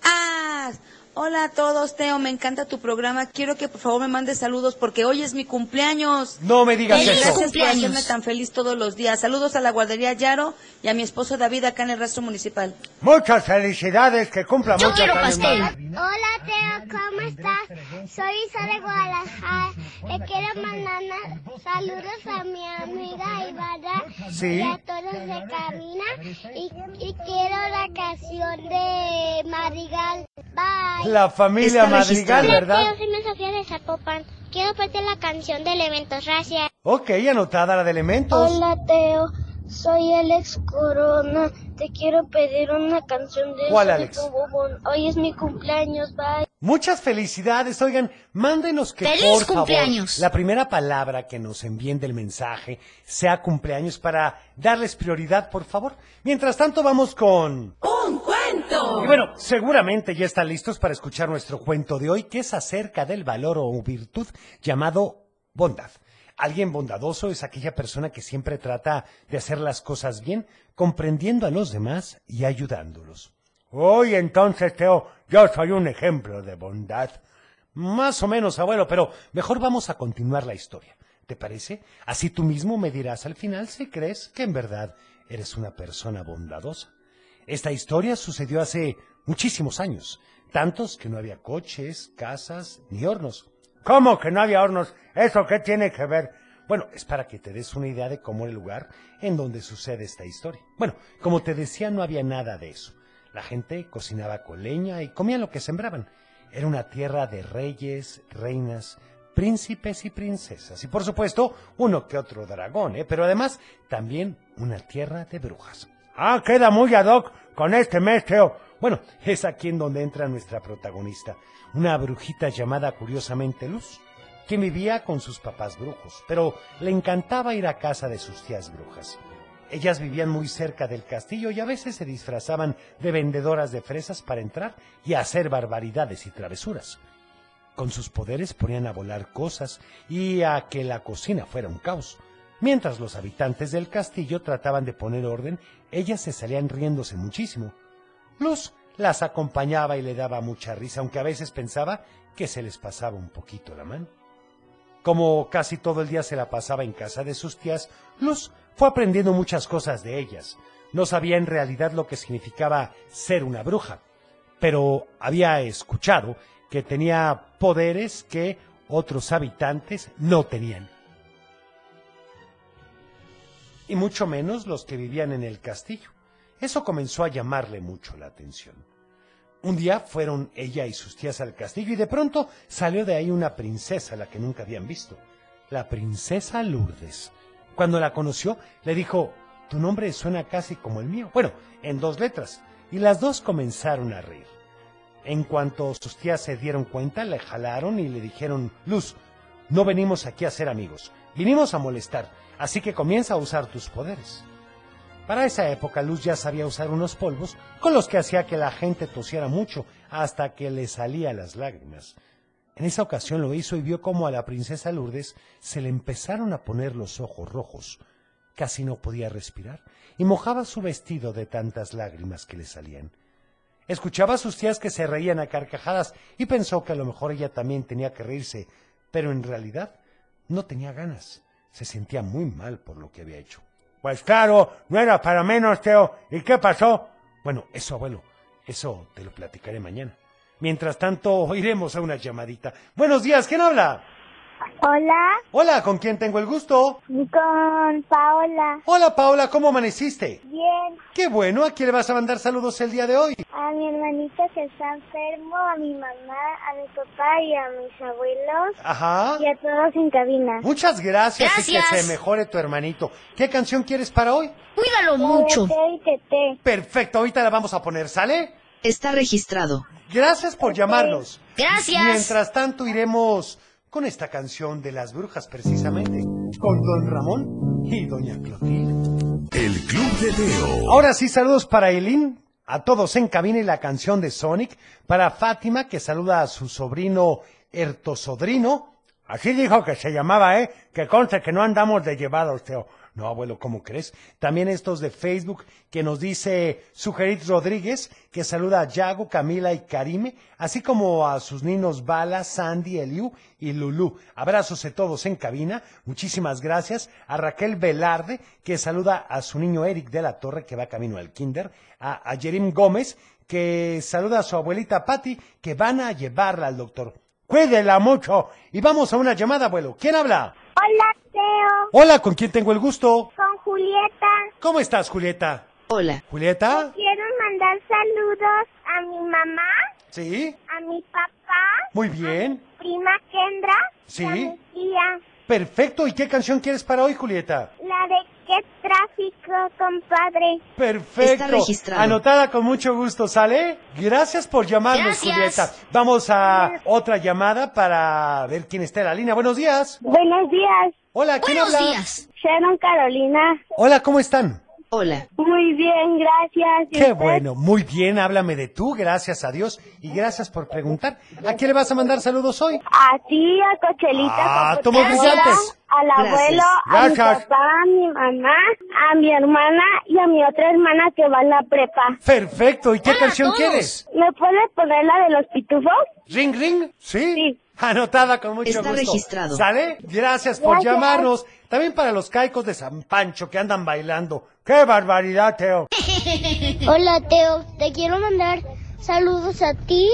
S27: más. Hola a todos, Teo, me encanta tu programa. Quiero que por favor me mandes saludos porque hoy es mi cumpleaños.
S3: No me
S8: Eh,
S3: digas
S27: Mil
S3: eso.
S27: Gracias
S3: Cumpleaños.
S27: por hacerme tan feliz todos los días. Saludos a la guardería Yaro y a mi esposo David acá en el rastro municipal.
S11: Muchas felicidades, que cumpla muchos años más.
S25: Hola Teo, ¿cómo estás? Soy Isa de Guadalajara. Le quiero mandar na- saludos a mi amiga Ivana
S7: Sí.
S25: y a todos de cabina. Y, y quiero la canción de Madrigal. Bye.
S3: La familia Está Madrigal, registrado. ¿verdad?
S25: Hola, Teo, soy mi Sofía de Zapopan. Quiero parte la canción del evento. Gracias.
S3: Ok, anotada la de elementos.
S25: Teo, soy Alex Corona. Te quiero pedir una canción de
S3: ¿Cuál, Alex?
S25: Hoy es mi cumpleaños. Bye.
S3: Muchas felicidades, oigan, mándenos que
S25: ¡Feliz
S3: por favor,
S25: cumpleaños!
S3: la primera palabra que nos envíen del mensaje sea cumpleaños para darles prioridad, por favor. Mientras tanto, vamos con...
S28: ¡Un cuento!
S3: Y bueno, seguramente ya están listos para escuchar nuestro cuento de hoy, que es acerca del valor o virtud llamado bondad. Alguien bondadoso es aquella persona que siempre trata de hacer las cosas bien, comprendiendo a los demás y ayudándolos. Hoy entonces, Teo, yo soy un ejemplo de bondad. Más o menos, abuelo, pero mejor vamos a continuar la historia. ¿Te parece? Así tú mismo me dirás al final si crees que en verdad eres una persona bondadosa. Esta historia sucedió hace muchísimos años, tantos que no había coches, casas ni hornos. ¿Cómo que no había hornos? ¿Eso qué tiene que ver? Bueno, es para que te des una idea de cómo era el lugar en donde sucede esta historia. Bueno, como te decía, no había nada de eso. La gente cocinaba con leña y comía lo que sembraban. Era una tierra de reyes, reinas, príncipes y princesas. Y por supuesto, uno que otro dragón, ¿eh? Pero además, también una tierra de brujas. Ah, queda muy ad hoc con este mes, Teo. Bueno, es aquí en donde entra nuestra protagonista, una brujita llamada curiosamente Luz, quien vivía con sus papás brujos, pero le encantaba ir a casa de sus tías brujas. Ellas vivían muy cerca del castillo y a veces se disfrazaban de vendedoras de fresas para entrar y hacer barbaridades y travesuras. Con sus poderes ponían a volar cosas y a que la cocina fuera un caos. Mientras los habitantes del castillo trataban de poner orden, ellas se salían riéndose muchísimo. Luz las acompañaba y le daba mucha risa, aunque a veces pensaba que se les pasaba un poquito la mano. Como casi todo el día se la pasaba en casa de sus tías, Luz fue aprendiendo muchas cosas de ellas. No sabía en realidad lo que significaba ser una bruja, pero había escuchado que tenía poderes que otros habitantes no tenían. Y mucho menos los que vivían en el castillo. Eso comenzó a llamarle mucho la atención. Un día fueron ella y sus tías al castillo y de pronto salió de ahí una princesa, la que nunca habían visto, la princesa Lourdes. Cuando la conoció, le dijo, tu nombre suena casi como el mío. Bueno, en dos letras. Y las dos comenzaron a reír. En cuanto sus tías se dieron cuenta, le jalaron y le dijeron, Luz, no venimos aquí a ser amigos, vinimos a molestar, así que comienza a usar tus poderes. Para esa época Luz ya sabía usar unos polvos con los que hacía que la gente tosiera mucho hasta que le salía las lágrimas. En esa ocasión lo hizo y vio cómo a la princesa Lourdes se le empezaron a poner los ojos rojos. Casi no podía respirar y mojaba su vestido de tantas lágrimas que le salían. Escuchaba a sus tías que se reían a carcajadas y pensó que a lo mejor ella también tenía que reírse, pero en realidad no tenía ganas. Se sentía muy mal por lo que había hecho. Pues claro, no era para menos, Teo. ¿Y qué pasó? Bueno, eso, abuelo, eso te lo platicaré mañana. Mientras tanto, [LAUGHS] iremos a una llamadita. Buenos días, ¿quién habla?
S7: Hola,
S3: Hola, ¿con quién tengo el gusto?
S7: con Paola.
S3: Hola, Paola, ¿cómo amaneciste?
S7: Bien,
S3: Qué bueno, ¿a quién le vas a mandar saludos el día de hoy?
S7: a mi hermanito que está enfermo, a mi mamá, a mi papá y a mis abuelos.
S3: Ajá.
S7: Y a todos en cabina.
S3: Muchas gracias, y que
S7: Gracias.
S3: se mejore tu hermanito. ¿Qué canción quieres para hoy?
S7: Cuídalo
S3: mucho.
S7: Tete.
S3: Perfecto, ahorita la vamos a poner, ¿sale?
S14: Está registrado.
S3: Gracias por llamarnos.
S14: Gracias.
S3: Mientras tanto iremos con esta canción de las brujas precisamente, con Don Ramón y Doña Clotilde.
S13: El Club de Teo.
S3: Ahora sí, saludos para Eileen, a todos en cabina y la canción de Sonic, para Fátima que saluda a su sobrino Ertosodrino, Así dijo que se llamaba, ¿eh? Que conste que no andamos de llevados, Teo. No, abuelo, ¿cómo crees? También estos de Facebook que nos dice Sugerit Rodríguez, que saluda a Yago, Camila y Karime, así como a sus ninos Bala, Sandy, Eliu y Lulú. Abrazos de todos en cabina. Muchísimas gracias. A Raquel Velarde, que saluda a su niño Eric de la Torre, que va camino al kinder. A, a Yerim Gómez, que saluda a su abuelita Patti, que van a llevarla al doctor. Cuídela mucho. Y vamos a una llamada, abuelo. ¿Quién habla?
S7: Hola, Teo.
S3: Hola, ¿con quién tengo el gusto?
S7: Con Julieta.
S3: ¿Cómo estás, Julieta?
S29: Hola.
S3: ¿Julieta?
S7: Quiero mandar saludos a mi mamá,
S3: Sí.
S7: a mi papá,
S3: Muy bien.
S7: prima Kendra,
S3: Sí.
S7: y a mi tía.
S3: Perfecto. ¿Y qué canción quieres para hoy, Julieta?
S7: La de qué tráfico, compadre.
S3: Perfecto.
S7: Está registrado.
S3: Anotada con mucho gusto, ¿sale? Gracias por llamarnos,
S7: Gracias.
S3: Julieta. Vamos a otra llamada para ver quién está en la línea. Buenos días.
S7: Buenos días.
S3: Hola, ¿quién
S7: Buenos
S3: habla?
S7: días. Sharon Carolina.
S3: Hola, ¿cómo están?
S29: Hola.
S7: Muy bien, gracias. ¿Y
S3: Qué
S7: usted?
S3: bueno, muy bien, háblame de tú, gracias a Dios y gracias por preguntar. ¿A quién le vas a mandar saludos hoy?
S7: A ti, a Cochelita.
S3: Ah,
S7: a
S3: tomó
S7: Cochelita,
S3: brillantes.
S7: Al
S3: Gracias.
S7: abuelo, a mi
S3: Gracias.
S7: papá, a mi mamá, a mi hermana y a mi otra hermana que va a la prepa.
S3: Perfecto, ¿y qué
S29: Ah,
S3: canción quieres?
S7: ¿Me puedes poner la de los pitufos?
S3: ¿Ring, ring? ¿Sí? Anotada con mucho
S7: Está
S3: gusto.
S7: registrado.
S3: ¿Sale? Gracias por
S7: Gracias.
S3: llamarnos. También para los caicos de San Pancho que andan bailando. ¡Qué barbaridad, Teo!
S7: Hola, Teo. Te quiero mandar saludos a ti,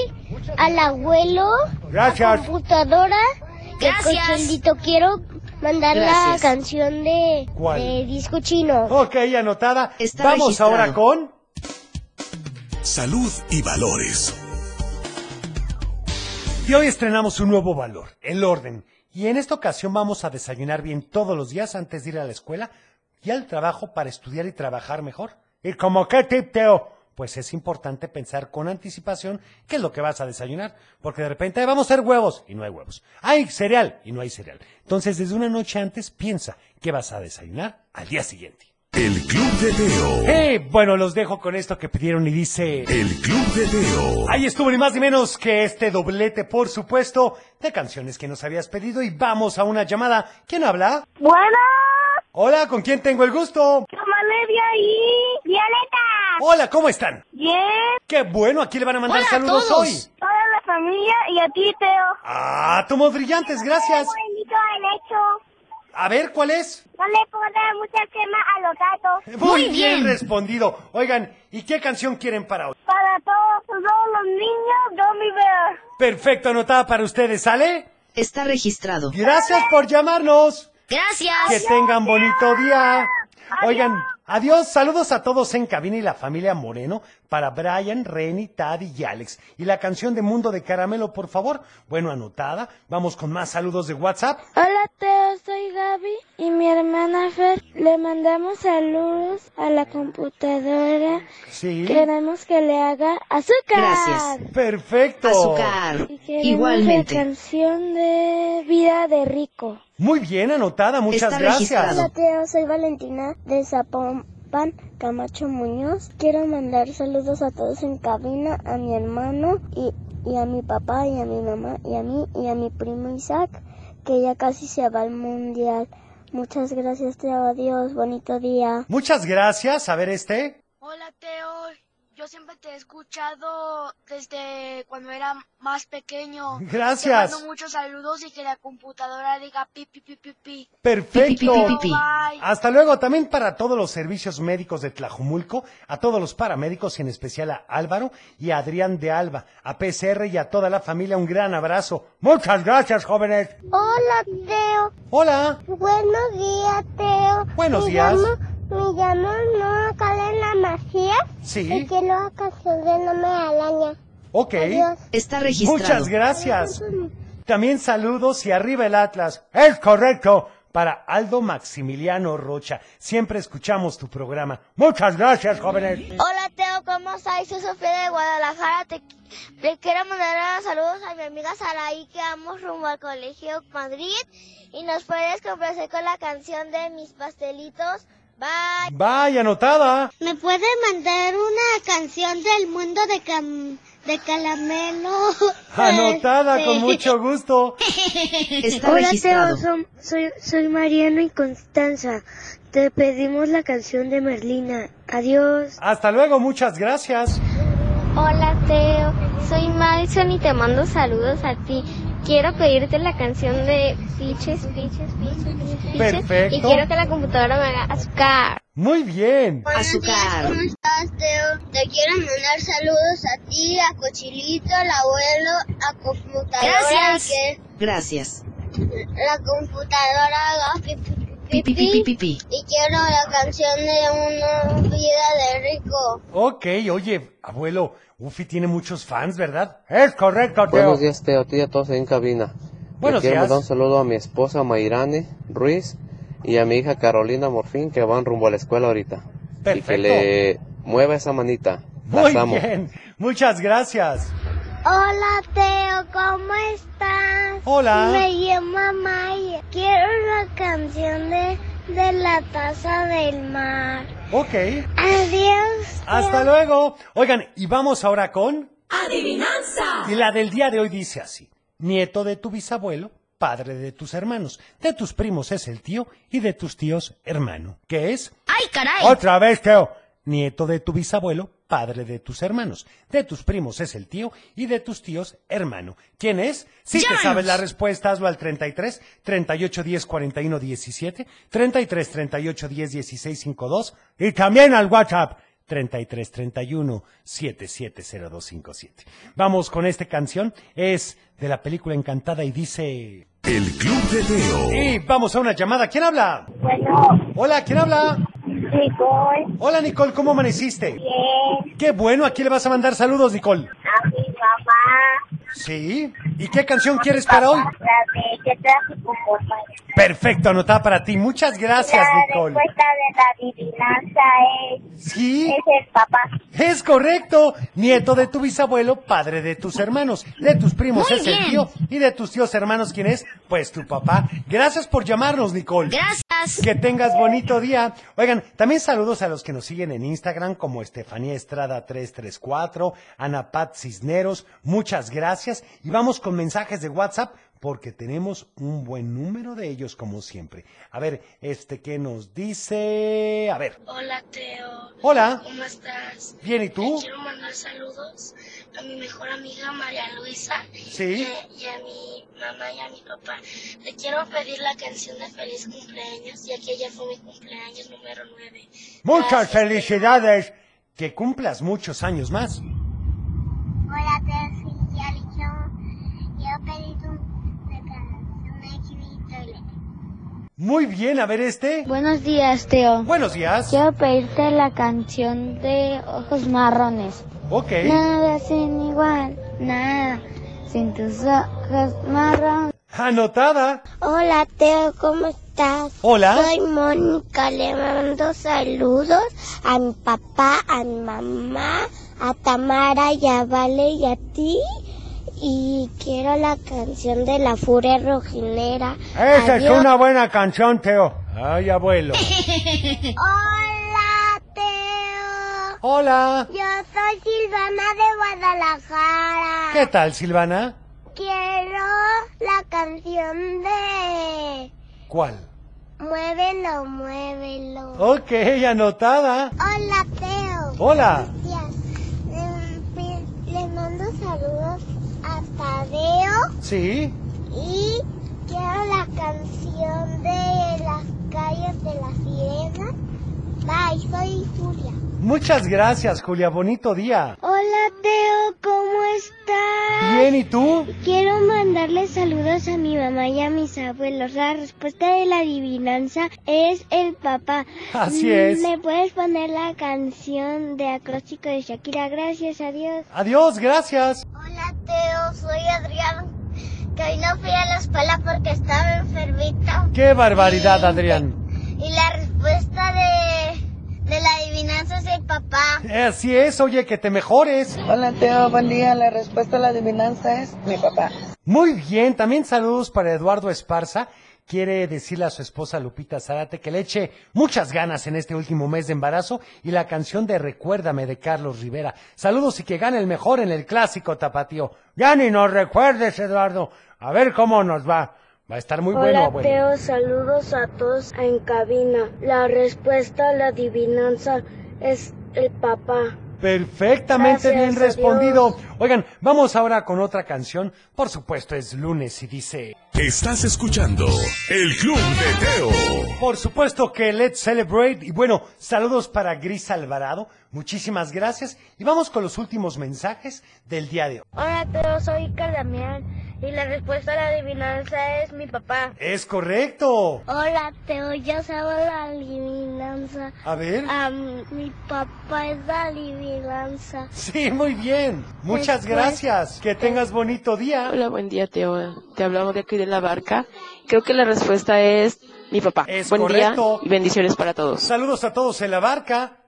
S7: al abuelo,
S3: Gracias.
S7: computadora,
S30: y al Gracias. cochelito.
S7: Quiero mandar
S3: la Gracias.
S7: canción de,
S3: ¿Cuál? de
S7: Disco Chino.
S3: Ok, anotada.
S7: Está
S3: Vamos
S7: registrado.
S3: ahora con...
S13: Salud y valores.
S3: Y hoy estrenamos un nuevo valor, el orden. Y en esta ocasión vamos a desayunar bien todos los días antes de ir a la escuela y al trabajo para estudiar y trabajar mejor. ¿Y como qué tip, Teo? Pues es importante pensar con anticipación qué es lo que vas a desayunar, porque de repente "Ay, vamos a hacer huevos y no hay huevos. Hay cereal y no hay cereal. Entonces, desde una noche antes piensa qué vas a desayunar al día siguiente.
S13: El Club de Teo.
S3: Eh, bueno, los dejo con esto que pidieron y dice...
S13: El Club de Teo.
S3: Ahí estuvo ni más ni menos que este doblete, por supuesto, de canciones que nos habías pedido y vamos a una llamada. ¿Quién habla?
S7: Bueno,
S3: Hola, ¿con quién tengo el gusto?
S7: ¿cómo le dio ahí? Violeta.
S3: Hola, ¿cómo están?
S7: Bien.
S3: Qué bueno, aquí le van a mandar
S7: Hola a
S3: saludos
S7: todos.
S3: hoy.
S7: Toda la familia y a ti, Teo.
S3: Ah, tomos brillantes, gracias.
S7: Buenito el hecho.
S3: A ver, ¿cuál es?
S7: No le pongas mucha crema a los gatos.
S3: respondido. Oigan, ¿y qué canción quieren para hoy?
S7: Para todos, todos los niños, Gummy Bear.
S3: Perfecto, anotada para ustedes, ¿sale?
S29: Está registrado.
S3: Gracias por llamarnos.
S31: Gracias.
S3: Que tengan bonito día. Oigan, adiós, saludos a todos en cabina y la familia Moreno para Brian, Reni, Tadi y Alex. Y la canción de Mundo de Caramelo, por favor. Bueno, anotada. Vamos con más saludos de WhatsApp.
S32: Hola Teo, soy Gaby y mi hermana Fer. Le mandamos saludos a la computadora.
S3: Sí.
S32: Queremos que le haga azúcar.
S3: Perfecto.
S32: Y queremos La canción de Vida de Rico.
S3: Muy bien, anotada. Muchas gracias.
S32: registrado.
S6: Hola, Teo, soy Valentina de Zapopan, Camacho Muñoz. Quiero mandar saludos a todos en cabina, a mi hermano y, y a mi papá y a mi mamá y a mí y a mi primo Isaac, que ya casi se va al mundial. Muchas gracias, Teo. Adiós. Bonito día.
S3: Muchas gracias. A ver este.
S33: Hola Teo, yo siempre te he escuchado desde cuando era más pequeño.
S3: Gracias.
S33: Te mando muchos saludos y que la computadora diga pi pi pi pi pi.
S3: Perfecto.
S33: Pi, pi, pi, pi, pi. Bye.
S3: Hasta luego también para todos los servicios médicos de Tlajumulco, a todos los paramédicos, en especial a Álvaro y a Adrián de Alba, a PCR y a toda la familia un gran abrazo. Muchas gracias, jóvenes.
S7: Hola, Teo.
S3: Hola.
S7: Buenos días, Teo.
S3: Buenos días.
S7: Llamo, me llamo Noa Calena Macías.
S3: Sí.
S7: Y que la canción de No me alaña.
S3: Ok.
S7: Adiós. Está registrado.
S3: Muchas gracias. También saludos y arriba el Atlas. Es correcto. Para Aldo Maximiliano Rocha. Siempre escuchamos tu programa. Muchas gracias, jóvenes.
S34: Hola Teo, ¿cómo estás? Soy Sofía de Guadalajara. Te, te quiero mandar saludos a mi amiga Saraí que vamos rumbo al Colegio Madrid y nos puedes complacer con la canción de Mis Pastelitos
S35: Bye.
S3: Vaya anotada.
S35: ¿Me puede mandar una canción del mundo de cam- de calamelo?
S3: [LAUGHS] Anotada
S35: Este-
S3: con mucho gusto.
S35: Hola Teo, som- soy, soy Mariano y Constanza. Te pedimos la canción de Merlina. Adiós.
S3: Hasta luego, muchas gracias.
S36: Hola Teo, soy Madison y te mando saludos a ti. Quiero pedirte la canción de Piches, Piches, Piches, Piches.
S3: Perfecto.
S36: Y quiero que la computadora me haga azúcar.
S3: Muy bien.
S36: Azúcar.
S37: ¿Cómo estás, Teo? Te quiero mandar saludos a ti, a Cochilito, al abuelo, a computadora.
S38: Gracias.
S37: Que
S38: Gracias.
S37: la computadora haga pi- pi- pi-
S38: Pi, pi, pi, pi, pi.
S37: Y quiero la canción de una vida de rico.
S3: Ok, oye, abuelo, Ufi tiene muchos fans, ¿verdad? Es correcto, Teo.
S7: Buenos días, Teo. Teo, todos ahí en cabina.
S3: Buenos
S7: Le
S3: días.
S7: quiero mandar un saludo a mi esposa Mayrane Ruiz y a mi hija Carolina Morfín que van rumbo a la escuela ahorita. Y
S3: Perfecto.
S7: que le mueva esa manita. Las
S3: Muy
S7: amo.
S3: bien, muchas gracias.
S6: Hola Teo, ¿cómo estás?
S3: Hola.
S6: Me llamo Maya. Quiero la canción de, de la taza del mar.
S3: Ok,
S6: Adiós.
S3: hasta luego. Oigan, y vamos ahora con...
S6: Adivinanza.
S3: Y la del día de hoy dice así. Nieto de tu bisabuelo, padre de tus hermanos. De tus primos es el tío y de tus tíos hermano. ¿Qué es?
S39: ¡Ay, caray!
S3: Otra vez, Teo. Nieto de tu bisabuelo, padre de tus hermanos. De tus primos es el tío y de tus tíos hermano. ¿Quién es? Si te
S40: Llámanos.
S3: sabes la respuesta, hazlo al 33 38 10 41 17, 33 38 10 16 52 y también al WhatsApp 33 31 770257. Vamos con esta canción. Es de la película Encantada y dice...
S13: El Club de Teo.
S3: Y vamos a una llamada. ¿Quién habla?
S37: Bueno,
S3: Hola, ¿quién habla?
S37: Nicole,
S3: Hola Nicole, ¿cómo amaneciste?
S37: bien,
S3: Qué bueno, aquí le vas a mandar saludos, Nicole.
S37: a mi mamá.
S3: ¿Sí? ¿Y qué canción quieres para hoy?
S37: La de que tráfico, por favor.
S3: Perfecto, anotada para ti. Muchas gracias,
S37: La
S3: Nicole.
S6: pues,
S37: respuesta de la adivinanza es...
S3: Sí.
S37: Es el papá.
S3: Es correcto, nieto de tu bisabuelo, padre de tus hermanos, de tus primos
S37: Muy
S3: es el
S37: bien.
S3: tío y de tus tíos hermanos, ¿quién es? Pues tu papá. Gracias por llamarnos, Nicole.
S39: Gracias.
S3: Que tengas bonito día. Oigan, también saludos a los que nos siguen en Instagram como Estefanía Estrada 334, Ana Pat Cisneros, muchas gracias y vamos con mensajes de WhatsApp porque tenemos un buen número de ellos como siempre. A ver, este que nos dice, a ver.
S41: Hola Teo.
S3: Hola.
S41: ¿Cómo estás?
S3: Bien, ¿y tú?
S41: Te quiero mandar saludos a mi mejor amiga María Luisa.
S3: Sí.
S41: eh, Y, a mi mamá y a mi papá. Le quiero pedir la canción de feliz cumpleaños, ya que ella fue mi cumpleaños número 9.
S3: Muchas felicidades. Que cumplas muchos años más.
S6: Hola Teo, soy Yalicho. Yo pedí tu la canción de Chivito.
S3: Muy bien, a ver este.
S42: Buenos días, Teo.
S3: Buenos días.
S42: Quiero pedirte la canción de Ojos Marrones.
S3: Ok.
S42: Nada sin igual, nada sin tus ojos marrones.
S3: Anotada.
S6: Hola Teo, ¿cómo estás?
S3: Hola.
S6: Soy Mónica, le mando saludos a mi papá, a mi mamá, a Tamara y a Vale y a ti. Y quiero la canción de la furia rojinera.
S3: Esa es
S6: Adiós.
S3: una buena canción, Teo. Ay, abuelo.
S6: Hola Teo.
S3: Hola.
S6: Yo soy Silvana de Guadalajara.
S3: ¿Qué tal, Silvana?
S6: Quiero la canción de...
S3: ¿Cuál?
S6: Muévelo, muévelo.
S3: Ok, anotada.
S6: Hola, Teo.
S3: Hola.
S6: Gracias. Mm, pe- Le mando saludos a Tadeo
S3: Sí.
S6: y quiero la canción de las calles de las sirenas. Bye, soy Julia.
S3: Muchas gracias, Julia. Bonito día.
S6: Hola, Teo, ¿cómo estás?
S3: Bien, ¿y tú?
S6: Quiero mandarle saludos a mi mamá y a mis abuelos. La respuesta de la adivinanza es el papá.
S3: Así es.
S6: ¿Me puedes poner la canción de acróstico de Shakira? Gracias, adiós.
S3: Adiós, gracias.
S6: Hola, Teo. Soy Adrián. Que hoy no fui a la escuela porque estaba enfermita.
S3: Qué barbaridad, Adrián.
S6: Y la respuesta de, de la adivinanza es el papá.
S3: Así es, oye, que te mejores.
S43: Hola Teo, buen día. La respuesta a la adivinanza es mi papá.
S3: Muy bien, también saludos para Eduardo Esparza, quiere decirle a su esposa Lupita Zárate que le eche muchas ganas en este último mes de embarazo y la canción de Recuérdame de Carlos Rivera. Saludos y que gane el mejor en el clásico tapatío. Ya ni nos recuerdes, Eduardo. A ver cómo nos va. Va a estar muy bueno,
S6: Hola
S3: abuelo.
S6: Teo, saludos a todos en cabina. La respuesta a la adivinanza es el papá.
S3: Perfectamente
S6: Gracias,
S3: bien
S6: adiós.
S3: respondido. Oigan, vamos ahora con otra canción. Por supuesto, es lunes y dice...
S13: Estás escuchando El Club de Teo.
S3: Por supuesto que let's celebrate. Y bueno, saludos para Gris Alvarado. Muchísimas gracias. Y vamos con los últimos mensajes del día de hoy.
S6: Hola Teo, soy Cardamián y la respuesta a la adivinanza es mi papá.
S3: Es correcto.
S6: Hola Teo, yo sabo la adivinanza.
S3: A ver.
S7: Ah.
S6: mi papá es la adivinanza.
S3: Sí, muy bien.
S7: Pues,
S3: Muchas
S6: Después-
S3: gracias. Que tengas bonito día.
S8: Hola, buen día, Teo. Te hablamos de aquí de la barca. Creo que la respuesta es mi papá.
S3: Es
S8: buen
S3: correcto.
S8: día y bendiciones para todos.
S3: Saludos a todos en la barca.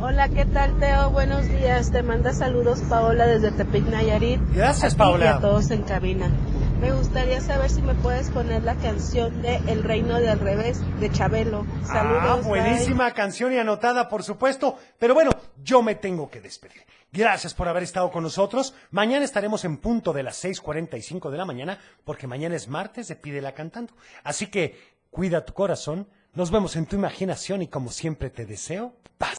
S7: Hola, ¿qué tal, Teo? Buenos días. Te manda saludos Paola desde Tepic Nayarit.
S3: Gracias,
S7: A ti
S3: Paola.
S7: Y a todos en cabina. Me gustaría saber si me puedes poner la canción de El Reino de Al Revés de Chabelo. Saludos.
S3: Ah,
S7: bye.
S3: buenísima canción y anotada, por supuesto. Pero bueno, yo me tengo que despedir. Gracias por haber estado con nosotros. Mañana estaremos en punto de las 6.45 de la mañana, porque mañana es martes de Pídela Cantando. Así que cuida tu corazón, nos vemos en tu imaginación y como siempre te deseo, paz.